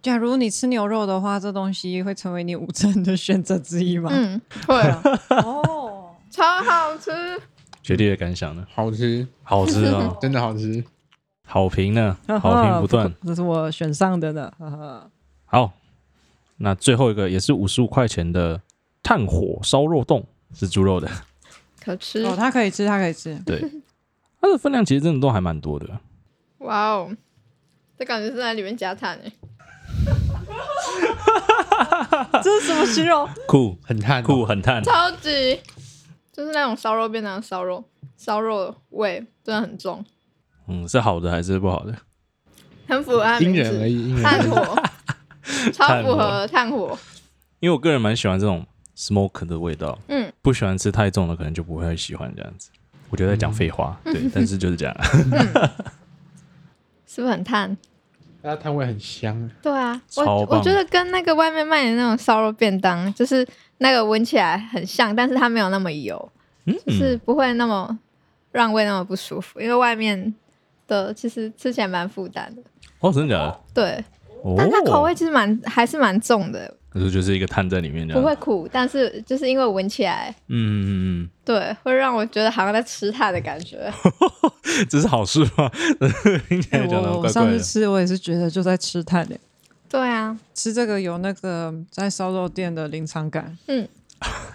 [SPEAKER 3] 假如你吃牛肉的话，这东西会成为你午餐的选择之一吗？
[SPEAKER 4] 嗯，会啊，
[SPEAKER 3] 哦，
[SPEAKER 4] 超好吃。
[SPEAKER 1] 学弟的感想呢？
[SPEAKER 5] 好吃，
[SPEAKER 1] 好吃啊，
[SPEAKER 5] 真的好吃，
[SPEAKER 1] 好评呢，好评不断。，
[SPEAKER 3] 这是我选上的呢。呵呵
[SPEAKER 1] 好，那最后一个也是五十五块钱的炭火烧肉冻，是猪 肉的，
[SPEAKER 4] 可吃
[SPEAKER 3] 哦，它可以吃，它可以吃，
[SPEAKER 1] 它的分量其实真的都还蛮多的。
[SPEAKER 4] 哇哦，这感觉是在里面加碳欸诶。
[SPEAKER 3] 这是什么形容？
[SPEAKER 1] 酷
[SPEAKER 5] 很哦烫，
[SPEAKER 1] 酷，很炭，
[SPEAKER 4] 超级，就是那种烧肉变成烧肉，烧肉味真的很重，
[SPEAKER 1] 嗯，是好的还是不好的？
[SPEAKER 4] 很符合它的
[SPEAKER 5] 因
[SPEAKER 4] 名
[SPEAKER 5] 人而
[SPEAKER 4] 字。
[SPEAKER 5] 异，因人而
[SPEAKER 4] 炭
[SPEAKER 5] 异，
[SPEAKER 4] 火，超符合炭火。
[SPEAKER 1] 因为我个人蛮喜欢这种 smoke 的味道，
[SPEAKER 4] 嗯，
[SPEAKER 1] 不喜欢吃太重的，可能就不会喜欢这样子。我觉得在讲废话，
[SPEAKER 4] 嗯
[SPEAKER 1] 对，但是就是这 样。
[SPEAKER 4] 是不是很炭？
[SPEAKER 5] 它的炭味很香，
[SPEAKER 4] 对啊，
[SPEAKER 1] 超
[SPEAKER 4] 我
[SPEAKER 1] 棒
[SPEAKER 4] 我觉得跟那个外面卖的那种烧肉便当，就是那个闻起来很像，但是它没有那么油，
[SPEAKER 1] 嗯，
[SPEAKER 4] 就是不会那么让胃那么不舒服，因为外面的其实吃起来蛮负担的。
[SPEAKER 1] 哦，真的假的？
[SPEAKER 4] 对，
[SPEAKER 1] 哦，
[SPEAKER 4] 但它口味其实蛮还是蛮重的，
[SPEAKER 1] 可是就是一个碳在里面这
[SPEAKER 4] 不
[SPEAKER 1] 样。
[SPEAKER 4] 会苦，但是就是因为闻起来，
[SPEAKER 1] 嗯嗯嗯
[SPEAKER 4] 对，会让我觉得好像在吃它的感觉。
[SPEAKER 1] 嗯，这是好事吗？ 听起来
[SPEAKER 3] 哎
[SPEAKER 1] 讲的
[SPEAKER 3] 我
[SPEAKER 1] 怪
[SPEAKER 3] 我
[SPEAKER 1] 怪
[SPEAKER 3] 上
[SPEAKER 1] 的。
[SPEAKER 3] 次吃，我也是觉得就在吃碳的。
[SPEAKER 4] 对啊，
[SPEAKER 3] 吃这个有那个在烧肉店的临场感，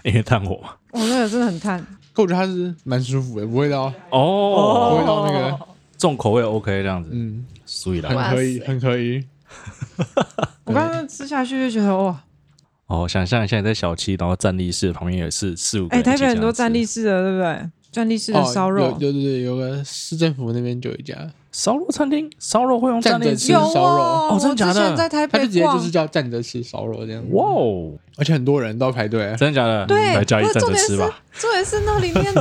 [SPEAKER 1] 因为炭火嘛。
[SPEAKER 3] 我、那个真的很碳，
[SPEAKER 5] 可我觉得它是蛮舒服的，不会到，不
[SPEAKER 1] 哦，
[SPEAKER 5] 会到那个，
[SPEAKER 1] 重口味 OK 这样子，
[SPEAKER 5] 嗯，
[SPEAKER 1] 所以
[SPEAKER 5] 很
[SPEAKER 1] 啦。
[SPEAKER 5] 可以，
[SPEAKER 4] 哇塞
[SPEAKER 5] 很可以，
[SPEAKER 3] 我刚刚吃下去就觉得哇，
[SPEAKER 1] 哦，想象一下你在小七，然后站立式旁边也是四五个
[SPEAKER 3] 哎，
[SPEAKER 1] 人一起这样
[SPEAKER 3] 台
[SPEAKER 1] 吃，
[SPEAKER 3] 北很多站立式的，对不对？站立式的烧肉
[SPEAKER 5] 哦、有有对对，有个市政府那边就有一家，
[SPEAKER 1] 烧肉餐厅，烧肉会用站立
[SPEAKER 5] 站着
[SPEAKER 1] 式
[SPEAKER 5] 吃
[SPEAKER 3] 有
[SPEAKER 5] 烧肉
[SPEAKER 3] 哦，
[SPEAKER 1] 哦真的
[SPEAKER 3] 我
[SPEAKER 1] 假的
[SPEAKER 3] 之前在台
[SPEAKER 5] 他就
[SPEAKER 3] 北
[SPEAKER 5] 直接就
[SPEAKER 3] 逛
[SPEAKER 5] 是，叫站着吃烧肉这样，
[SPEAKER 1] 哇哦，
[SPEAKER 5] 而且很多人都要排队。啊
[SPEAKER 1] 真的假的？
[SPEAKER 3] 对，
[SPEAKER 1] 来嘉义
[SPEAKER 3] 不是
[SPEAKER 1] 站
[SPEAKER 3] 重
[SPEAKER 1] 着
[SPEAKER 3] 点
[SPEAKER 1] 吃
[SPEAKER 3] 是
[SPEAKER 1] 吧。
[SPEAKER 3] 重点是那 里面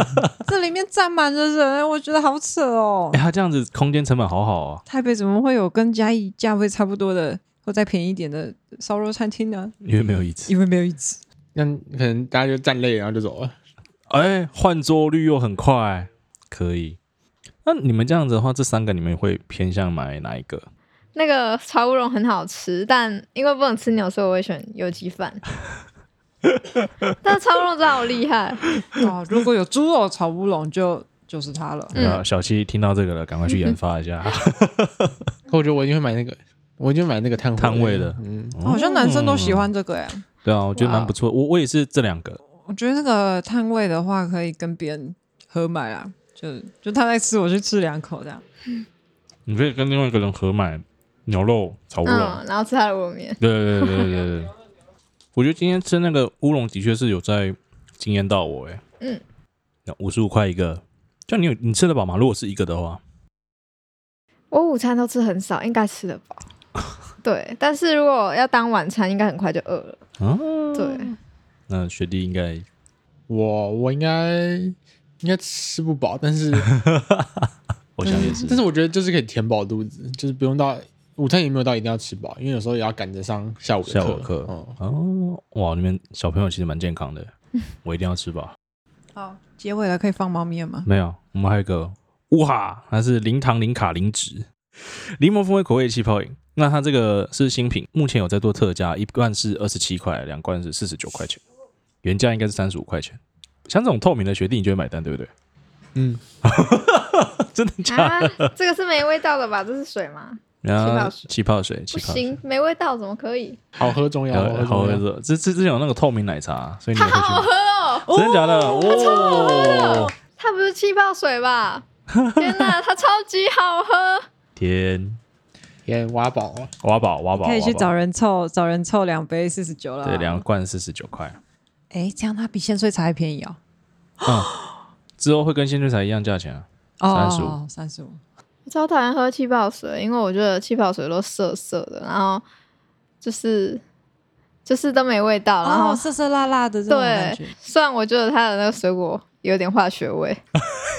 [SPEAKER 3] 这里面站满了人，我觉得好扯哦
[SPEAKER 1] 哎、。他这样子空间成本好好哦，
[SPEAKER 3] 台北怎么会有跟嘉义价位差不多的或再便宜一点的烧肉餐厅呢？
[SPEAKER 1] 因为
[SPEAKER 4] 嗯
[SPEAKER 1] 没有椅子。
[SPEAKER 3] 因为没有椅子。
[SPEAKER 5] 那可能大家就站累，然后就走了。
[SPEAKER 1] 哎、换桌率又很快，可以。那你们这样子的话，这三个你们会偏向买哪一个？
[SPEAKER 4] 那个茶乌龙很好吃，但因为不能吃牛，所以我会选油鸡饭。但茶乌龙真的好厉害，
[SPEAKER 3] 哦，如果有猪肉炒乌龙，就就是它了。
[SPEAKER 4] 嗯
[SPEAKER 1] 啊，小七听到这个了，赶快去研发一下。
[SPEAKER 5] 可我觉得我一定会买那个，我一定会买那个碳
[SPEAKER 1] 碳味
[SPEAKER 5] 味
[SPEAKER 1] 的
[SPEAKER 5] 嗯，
[SPEAKER 3] 好像男生都喜欢这个哎、
[SPEAKER 1] 对啊，我觉得蛮不错。
[SPEAKER 4] 哦
[SPEAKER 1] 我我也是这两个，
[SPEAKER 3] 我觉得那个摊位的话，可以跟别人合买啊，就就他在吃，我去吃两口这样。
[SPEAKER 1] 你可以跟另外一个人合买牛肉炒乌龙。
[SPEAKER 4] 嗯，然后吃它的乌面，
[SPEAKER 1] 对对对对对对，我觉得今天吃那个乌龙的确是有在惊艳到我哎、
[SPEAKER 4] 嗯，
[SPEAKER 1] 那五十五块一个，就你有你吃得饱吗？如果是一个的话，
[SPEAKER 4] 我午餐都吃很少，应该吃得饱。对，但是如果要当晚餐，应该很快就饿了。
[SPEAKER 1] 啊，
[SPEAKER 4] 对，
[SPEAKER 1] 那学弟应该
[SPEAKER 5] 我我应该应该吃不饱，但是
[SPEAKER 1] 我想也是
[SPEAKER 4] 嗯
[SPEAKER 5] 但。是我觉得就是可以填饱肚子，就是不用到午餐也没有到一定要吃饱，因为有时候也要赶着上下午的
[SPEAKER 1] 下午课
[SPEAKER 5] 嗯，
[SPEAKER 1] 哦，哇，你们小朋友其实蛮健康 的，我一定要吃饱。
[SPEAKER 3] 好，结尾了，可以放猫咪了吗？
[SPEAKER 1] 没有，我们还有一个乌哈，它是零糖、零卡、零脂，柠檬风味口味气泡饮。那它这个是新品，目前有在做特价，一罐是二十七块，两罐是四十九块钱，原价应该是三十五块钱。像这种透明的学弟，你就会买单，对不对？
[SPEAKER 5] 嗯，
[SPEAKER 1] 真的 假
[SPEAKER 4] 啊，这个是没味道的吧？这是水吗？
[SPEAKER 1] 的？啊
[SPEAKER 4] 泡水啊
[SPEAKER 1] 气泡水，
[SPEAKER 4] 不
[SPEAKER 1] 气泡水，
[SPEAKER 4] 行，没味道怎么可以？
[SPEAKER 5] 好喝重要，
[SPEAKER 1] 好好
[SPEAKER 5] 喝
[SPEAKER 1] 喝
[SPEAKER 5] 重要。
[SPEAKER 1] 热。这这这有那个透明奶茶，所以你也会
[SPEAKER 4] 好
[SPEAKER 1] 去
[SPEAKER 4] 喝
[SPEAKER 1] 买。
[SPEAKER 4] 哦，
[SPEAKER 1] 真的假的？哦，
[SPEAKER 4] 它不是气泡水吧？天哪，它超级好喝！
[SPEAKER 1] 天，
[SPEAKER 5] 也挖宝啊了，
[SPEAKER 1] 挖宝挖宝，
[SPEAKER 3] 可以去
[SPEAKER 1] 挖宝
[SPEAKER 3] 找人凑，找人凑两杯四十九了。
[SPEAKER 1] 对，两罐四十九块。
[SPEAKER 3] 哎，这样它比鲜萃茶还便宜哦。
[SPEAKER 1] 之后会跟鲜萃茶一样价钱啊？
[SPEAKER 3] 哦，三十五，
[SPEAKER 4] 我超讨厌喝气泡水，因为我觉得气泡水都涩涩的，然后就是就是都没味道，然后、
[SPEAKER 3] 哦，涩涩辣辣的这种感
[SPEAKER 4] 对
[SPEAKER 3] 觉。，
[SPEAKER 4] 虽然我觉得它的那个水果有点化学味，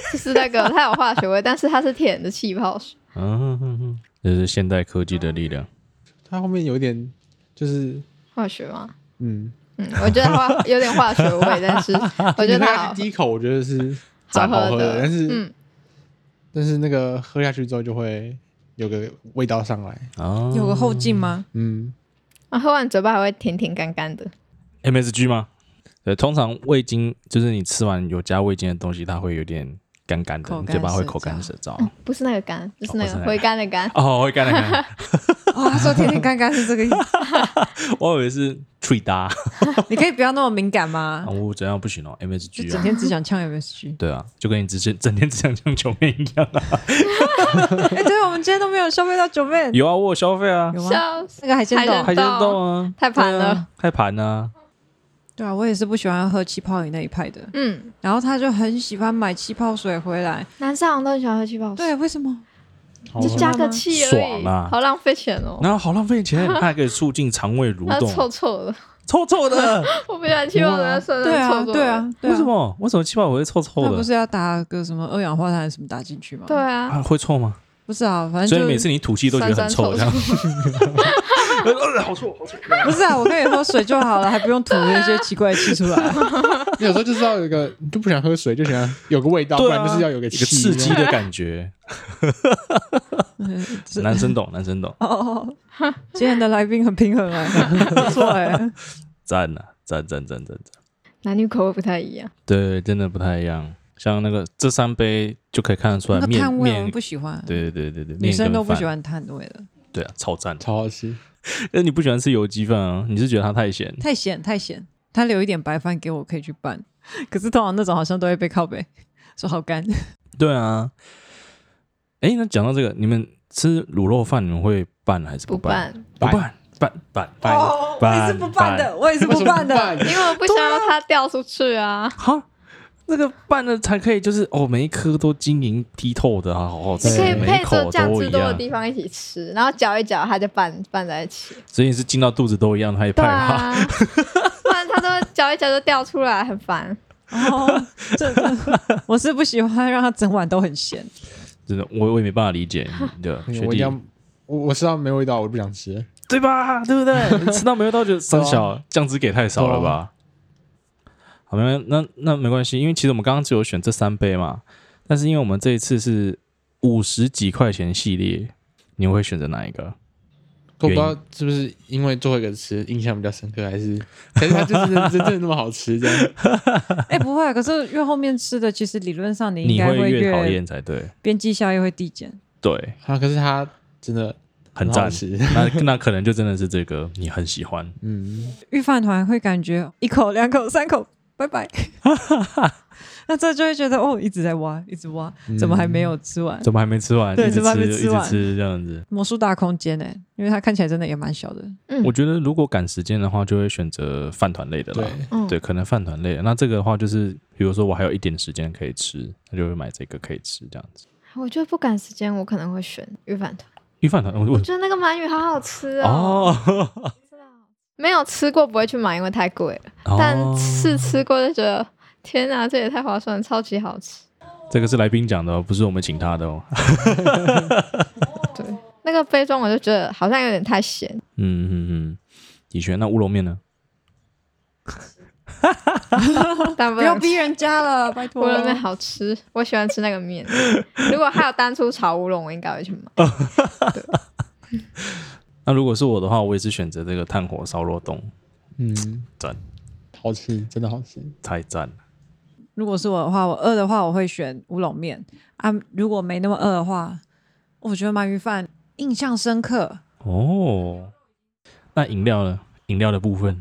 [SPEAKER 4] 就是那个它有化学味，但是它是甜的气泡水。
[SPEAKER 1] 嗯，哼哼哼这是现代科技的力量。
[SPEAKER 5] 它后面有点就是
[SPEAKER 4] 化学吗？
[SPEAKER 5] 嗯，
[SPEAKER 4] 嗯，我觉得它化有点化学味，但是我觉得它好
[SPEAKER 5] 第一口我觉得是
[SPEAKER 4] 好
[SPEAKER 5] 蛮好喝
[SPEAKER 4] 的，
[SPEAKER 5] 但是、
[SPEAKER 4] 嗯，
[SPEAKER 5] 但是那个喝下去之后就会有个味道上来，
[SPEAKER 1] 哦
[SPEAKER 3] 有个后劲吗？
[SPEAKER 5] 嗯，
[SPEAKER 4] 啊喝完嘴巴还会甜甜干干的。
[SPEAKER 1] MSG 吗？对，通常味精就是你吃完有加味精的东西，它会有点干干的，
[SPEAKER 3] 口干
[SPEAKER 1] 你嘴巴会
[SPEAKER 3] 舌燥
[SPEAKER 1] 口干舌燥。
[SPEAKER 4] 不是那个干，就是
[SPEAKER 1] 哦
[SPEAKER 4] 那
[SPEAKER 1] 不是那
[SPEAKER 4] 个
[SPEAKER 1] 个
[SPEAKER 4] 回甘的甘。
[SPEAKER 1] 哦，会干的干 的，
[SPEAKER 3] 哦，他说天天干干是这个意思，
[SPEAKER 1] 我以为是脆搭。
[SPEAKER 3] 你可以不要那么敏感吗
[SPEAKER 1] 啊？我怎样不行哦
[SPEAKER 3] 就
[SPEAKER 1] ？MSG
[SPEAKER 3] 整
[SPEAKER 1] 啊，
[SPEAKER 3] 天只想呛 MSG。
[SPEAKER 1] 对啊，就跟你之前整天只想像酒妹一样啊。
[SPEAKER 3] 哎，对，我们今天都没有消费到九妹，
[SPEAKER 1] 有啊，我有消费啊，
[SPEAKER 3] 有吗？
[SPEAKER 4] 笑死！
[SPEAKER 3] 那个海鲜
[SPEAKER 4] 海
[SPEAKER 3] 冻
[SPEAKER 4] 鲜。
[SPEAKER 1] 海鲜冻啊，
[SPEAKER 4] 太盘了
[SPEAKER 1] 对啊，太盘啊。
[SPEAKER 3] 对啊，我也是不喜欢喝气泡饮那一派的。
[SPEAKER 4] 嗯，
[SPEAKER 3] 然后他就很喜欢买气泡水回来。
[SPEAKER 4] 男生好像都很喜欢喝气泡水，
[SPEAKER 3] 对，为什么？
[SPEAKER 5] 好
[SPEAKER 4] 就
[SPEAKER 5] 喝
[SPEAKER 4] 加个气而已，
[SPEAKER 1] 爽啊
[SPEAKER 4] 好浪费钱哦。
[SPEAKER 1] 然后好浪费钱，它还可以促进肠 胃蠕
[SPEAKER 4] 它
[SPEAKER 1] 动，
[SPEAKER 4] 臭臭的，
[SPEAKER 1] 臭臭的。
[SPEAKER 4] 我不想气泡水在身
[SPEAKER 3] 对
[SPEAKER 4] 上臭
[SPEAKER 3] 啊，
[SPEAKER 4] 臭的。
[SPEAKER 3] 对啊，对啊
[SPEAKER 1] 为什？么？为什么气泡会臭臭
[SPEAKER 3] 他
[SPEAKER 1] 的？
[SPEAKER 3] 不是要打个什么二氧化碳什么打进去吗？
[SPEAKER 4] 对，啊，
[SPEAKER 1] 啊，会臭吗？
[SPEAKER 3] 不是啊，反
[SPEAKER 1] 所
[SPEAKER 3] 正
[SPEAKER 1] 以
[SPEAKER 3] 就
[SPEAKER 1] 每次你吐气都觉得很臭，这
[SPEAKER 4] 酸
[SPEAKER 1] 样
[SPEAKER 4] 酸。
[SPEAKER 1] 呃好臭，好臭。
[SPEAKER 3] 不是啊，我可以喝水就好了，还不用吐那些奇怪的气出来。
[SPEAKER 5] 你有时候就是要有一个，你就不想喝水，就想有个味道，不
[SPEAKER 1] 对
[SPEAKER 5] 然
[SPEAKER 1] 啊，
[SPEAKER 5] 就是要有个
[SPEAKER 1] 一
[SPEAKER 5] 气
[SPEAKER 1] 个刺激的感 觉。
[SPEAKER 3] 嗯是
[SPEAKER 1] 男生懂，男生懂，
[SPEAKER 3] 哦哦，哦 今天的来宾很平 衡哎，不错哎。
[SPEAKER 1] 赞呐，赞赞赞赞赞。
[SPEAKER 4] 男女口味不太一样。
[SPEAKER 1] 对，真的不太一样。像那个这三杯就可以看得出来
[SPEAKER 3] 那个
[SPEAKER 1] 啊面
[SPEAKER 3] 碳味我
[SPEAKER 1] 面
[SPEAKER 3] 们不，喜欢，
[SPEAKER 1] 对对对对对，
[SPEAKER 3] 女生
[SPEAKER 1] 面跟
[SPEAKER 3] 都不
[SPEAKER 1] 饭
[SPEAKER 3] 喜，欢碳味的，
[SPEAKER 1] 对啊，超赞的。
[SPEAKER 5] 超好吃。
[SPEAKER 1] 那你不喜欢吃油鸡饭啊？你是觉得它太咸？
[SPEAKER 3] 太咸太咸。他留一点白饭给我可以去拌，可是通常那种好像都会被靠背说好干。
[SPEAKER 1] 对啊。哎，那讲到这个，你们吃卤肉饭，你们会拌还是
[SPEAKER 4] 不
[SPEAKER 1] 拌？
[SPEAKER 4] 拌，
[SPEAKER 1] 不拌，拌拌
[SPEAKER 5] 拌
[SPEAKER 3] 哦，我也是不拌的，我也是不拌的。
[SPEAKER 5] 为什么不拌
[SPEAKER 4] 因为我不想要它掉出去啊。
[SPEAKER 1] 哈，那个拌的才可以，就是哦，每一颗都晶莹剔透的啊，好好吃啊
[SPEAKER 4] 你，可以
[SPEAKER 1] 每
[SPEAKER 4] 配
[SPEAKER 1] 一
[SPEAKER 4] 着
[SPEAKER 1] 口
[SPEAKER 4] 酱
[SPEAKER 1] 都
[SPEAKER 4] 汁
[SPEAKER 1] 一
[SPEAKER 4] 多的
[SPEAKER 1] 样，
[SPEAKER 4] 地方一起吃，然后搅一搅，它就拌拌在一起。
[SPEAKER 1] 所以是进到肚子都一样，它也
[SPEAKER 4] 对
[SPEAKER 1] 怕怕。
[SPEAKER 4] 啊，不然它都搅一搅就掉出来，很烦。
[SPEAKER 3] 哦，这我是不喜欢让它整碗都 很咸。
[SPEAKER 1] 真的，我我也没办法理解你的学
[SPEAKER 5] 我
[SPEAKER 1] 弟，
[SPEAKER 5] 一定要，我我吃到没味道，我就不想吃。
[SPEAKER 1] 对吧？对不对？ 你吃到没味道就三
[SPEAKER 5] 对啊
[SPEAKER 1] 小酱汁给太少了吧？好，没关那那没关系，因为其实我们刚刚只有选这三杯嘛，但是因为我们这一次是五十几块钱系列，你会选择哪一个？
[SPEAKER 5] 我不知道是不是因为最后一个吃印象比较深刻，还是 还是它就是真真正那么好吃这样？
[SPEAKER 3] 哎、不会，可是越后面吃的，其实理论上你应
[SPEAKER 1] 你
[SPEAKER 3] 该
[SPEAKER 1] 会越讨
[SPEAKER 3] 越
[SPEAKER 1] 厌才对，
[SPEAKER 3] 边际效益会递减。
[SPEAKER 1] 对，
[SPEAKER 5] 啊，可是它真的
[SPEAKER 1] 很
[SPEAKER 5] 好
[SPEAKER 1] 赞。
[SPEAKER 5] 吃。
[SPEAKER 1] 那那可能就真的是这个你很喜欢，
[SPEAKER 5] 嗯，
[SPEAKER 3] 御饭团会感觉一口、两口、三口，拜拜。 那这就会觉得哦，一直在挖，一直挖，怎么还没有吃完？
[SPEAKER 1] 怎么还没吃完？
[SPEAKER 3] 对
[SPEAKER 1] 一直
[SPEAKER 3] 怎么还没
[SPEAKER 1] 吃，一
[SPEAKER 3] 吃
[SPEAKER 1] 直
[SPEAKER 3] 完
[SPEAKER 1] 吃这样子。
[SPEAKER 3] 魔术大空间呢、欸因为它看起来真的也蛮小的。
[SPEAKER 4] 嗯
[SPEAKER 1] 我觉得如果赶时间的话，就会选择饭团类的啦
[SPEAKER 5] 对。，
[SPEAKER 4] 嗯，
[SPEAKER 1] 对，可能饭团类的。那这个的话，就是比如说我还有一点时间可以吃，那就会买这个可以吃这样子。
[SPEAKER 4] 我觉得不赶时间，我可能会选鱼饭团。
[SPEAKER 1] 因为饭团，我
[SPEAKER 4] 我
[SPEAKER 1] 我
[SPEAKER 4] 觉得那个鳗鱼好好吃哦，
[SPEAKER 1] 嗯哦，
[SPEAKER 4] 没有吃过不会去买，因为太贵了。但
[SPEAKER 1] 哦
[SPEAKER 4] 试吃过就觉得，天哪，这也太划算了，超级好吃。
[SPEAKER 1] 这个是来宾讲的，哦，不是我们请他的哦。
[SPEAKER 4] 对，那个杯装我就觉得好像有点太咸，
[SPEAKER 1] 嗯嗯嗯，的确。那乌龙面呢？
[SPEAKER 4] 但
[SPEAKER 3] 不
[SPEAKER 4] 不能
[SPEAKER 3] 要
[SPEAKER 4] 吃
[SPEAKER 3] 逼人家了，拜
[SPEAKER 4] 乌
[SPEAKER 3] 托。
[SPEAKER 4] 龙面好吃，我喜欢吃那个面。如果还有单出炒乌龙，我应该会去买。
[SPEAKER 1] 那如果是我的话，我也是选择这个炭火烧肉冻，
[SPEAKER 5] 嗯，
[SPEAKER 1] 赞，
[SPEAKER 5] 好吃，真的好吃。
[SPEAKER 1] 太赞了。
[SPEAKER 3] 如果是我的话，我饿的话我会选乌龙面啊。如果没那么饿的话，我觉得鳗鱼饭印象深刻。
[SPEAKER 1] 哦，那饮料呢？饮料的部分，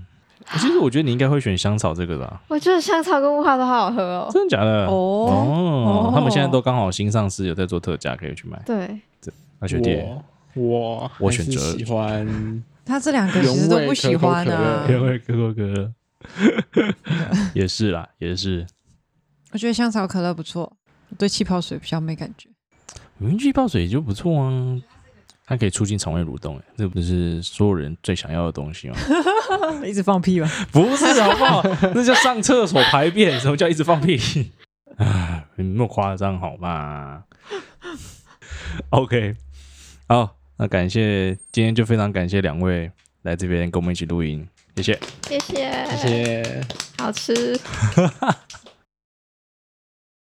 [SPEAKER 4] 啊
[SPEAKER 1] 其实我觉得你应该会选香草这个吧？
[SPEAKER 4] 我觉得香草跟乌花都好好喝哦。
[SPEAKER 1] 真的假的？
[SPEAKER 3] 哦，
[SPEAKER 1] 哦
[SPEAKER 3] 哦
[SPEAKER 1] 他们现在都刚好新上市，有在做特价，可以去买。
[SPEAKER 4] 对，
[SPEAKER 1] 那学弟，
[SPEAKER 5] 我，我
[SPEAKER 1] 我
[SPEAKER 5] 还
[SPEAKER 1] 选
[SPEAKER 5] 是
[SPEAKER 1] 择
[SPEAKER 5] 喜欢
[SPEAKER 3] 他这两个其实都不喜欢啊
[SPEAKER 5] 原。
[SPEAKER 1] 味可口可乐， 也是啦，也是。
[SPEAKER 3] 我觉得香草可乐不错，我对气泡水比较没感觉。
[SPEAKER 1] 云气泡水也就不错啊，它可以促进肠胃蠕动，哎，这不是所有人最想要的东西吗？
[SPEAKER 3] 一直放屁吧。
[SPEAKER 1] 不是，好不好？那叫上厕所排便，什么叫一直放屁？ 啊，你那么夸张好吗？OK，好，那感谢今天就非常感谢两位来这边跟我们一起录音，谢谢。
[SPEAKER 4] 谢谢，
[SPEAKER 5] 谢谢。
[SPEAKER 4] 好吃。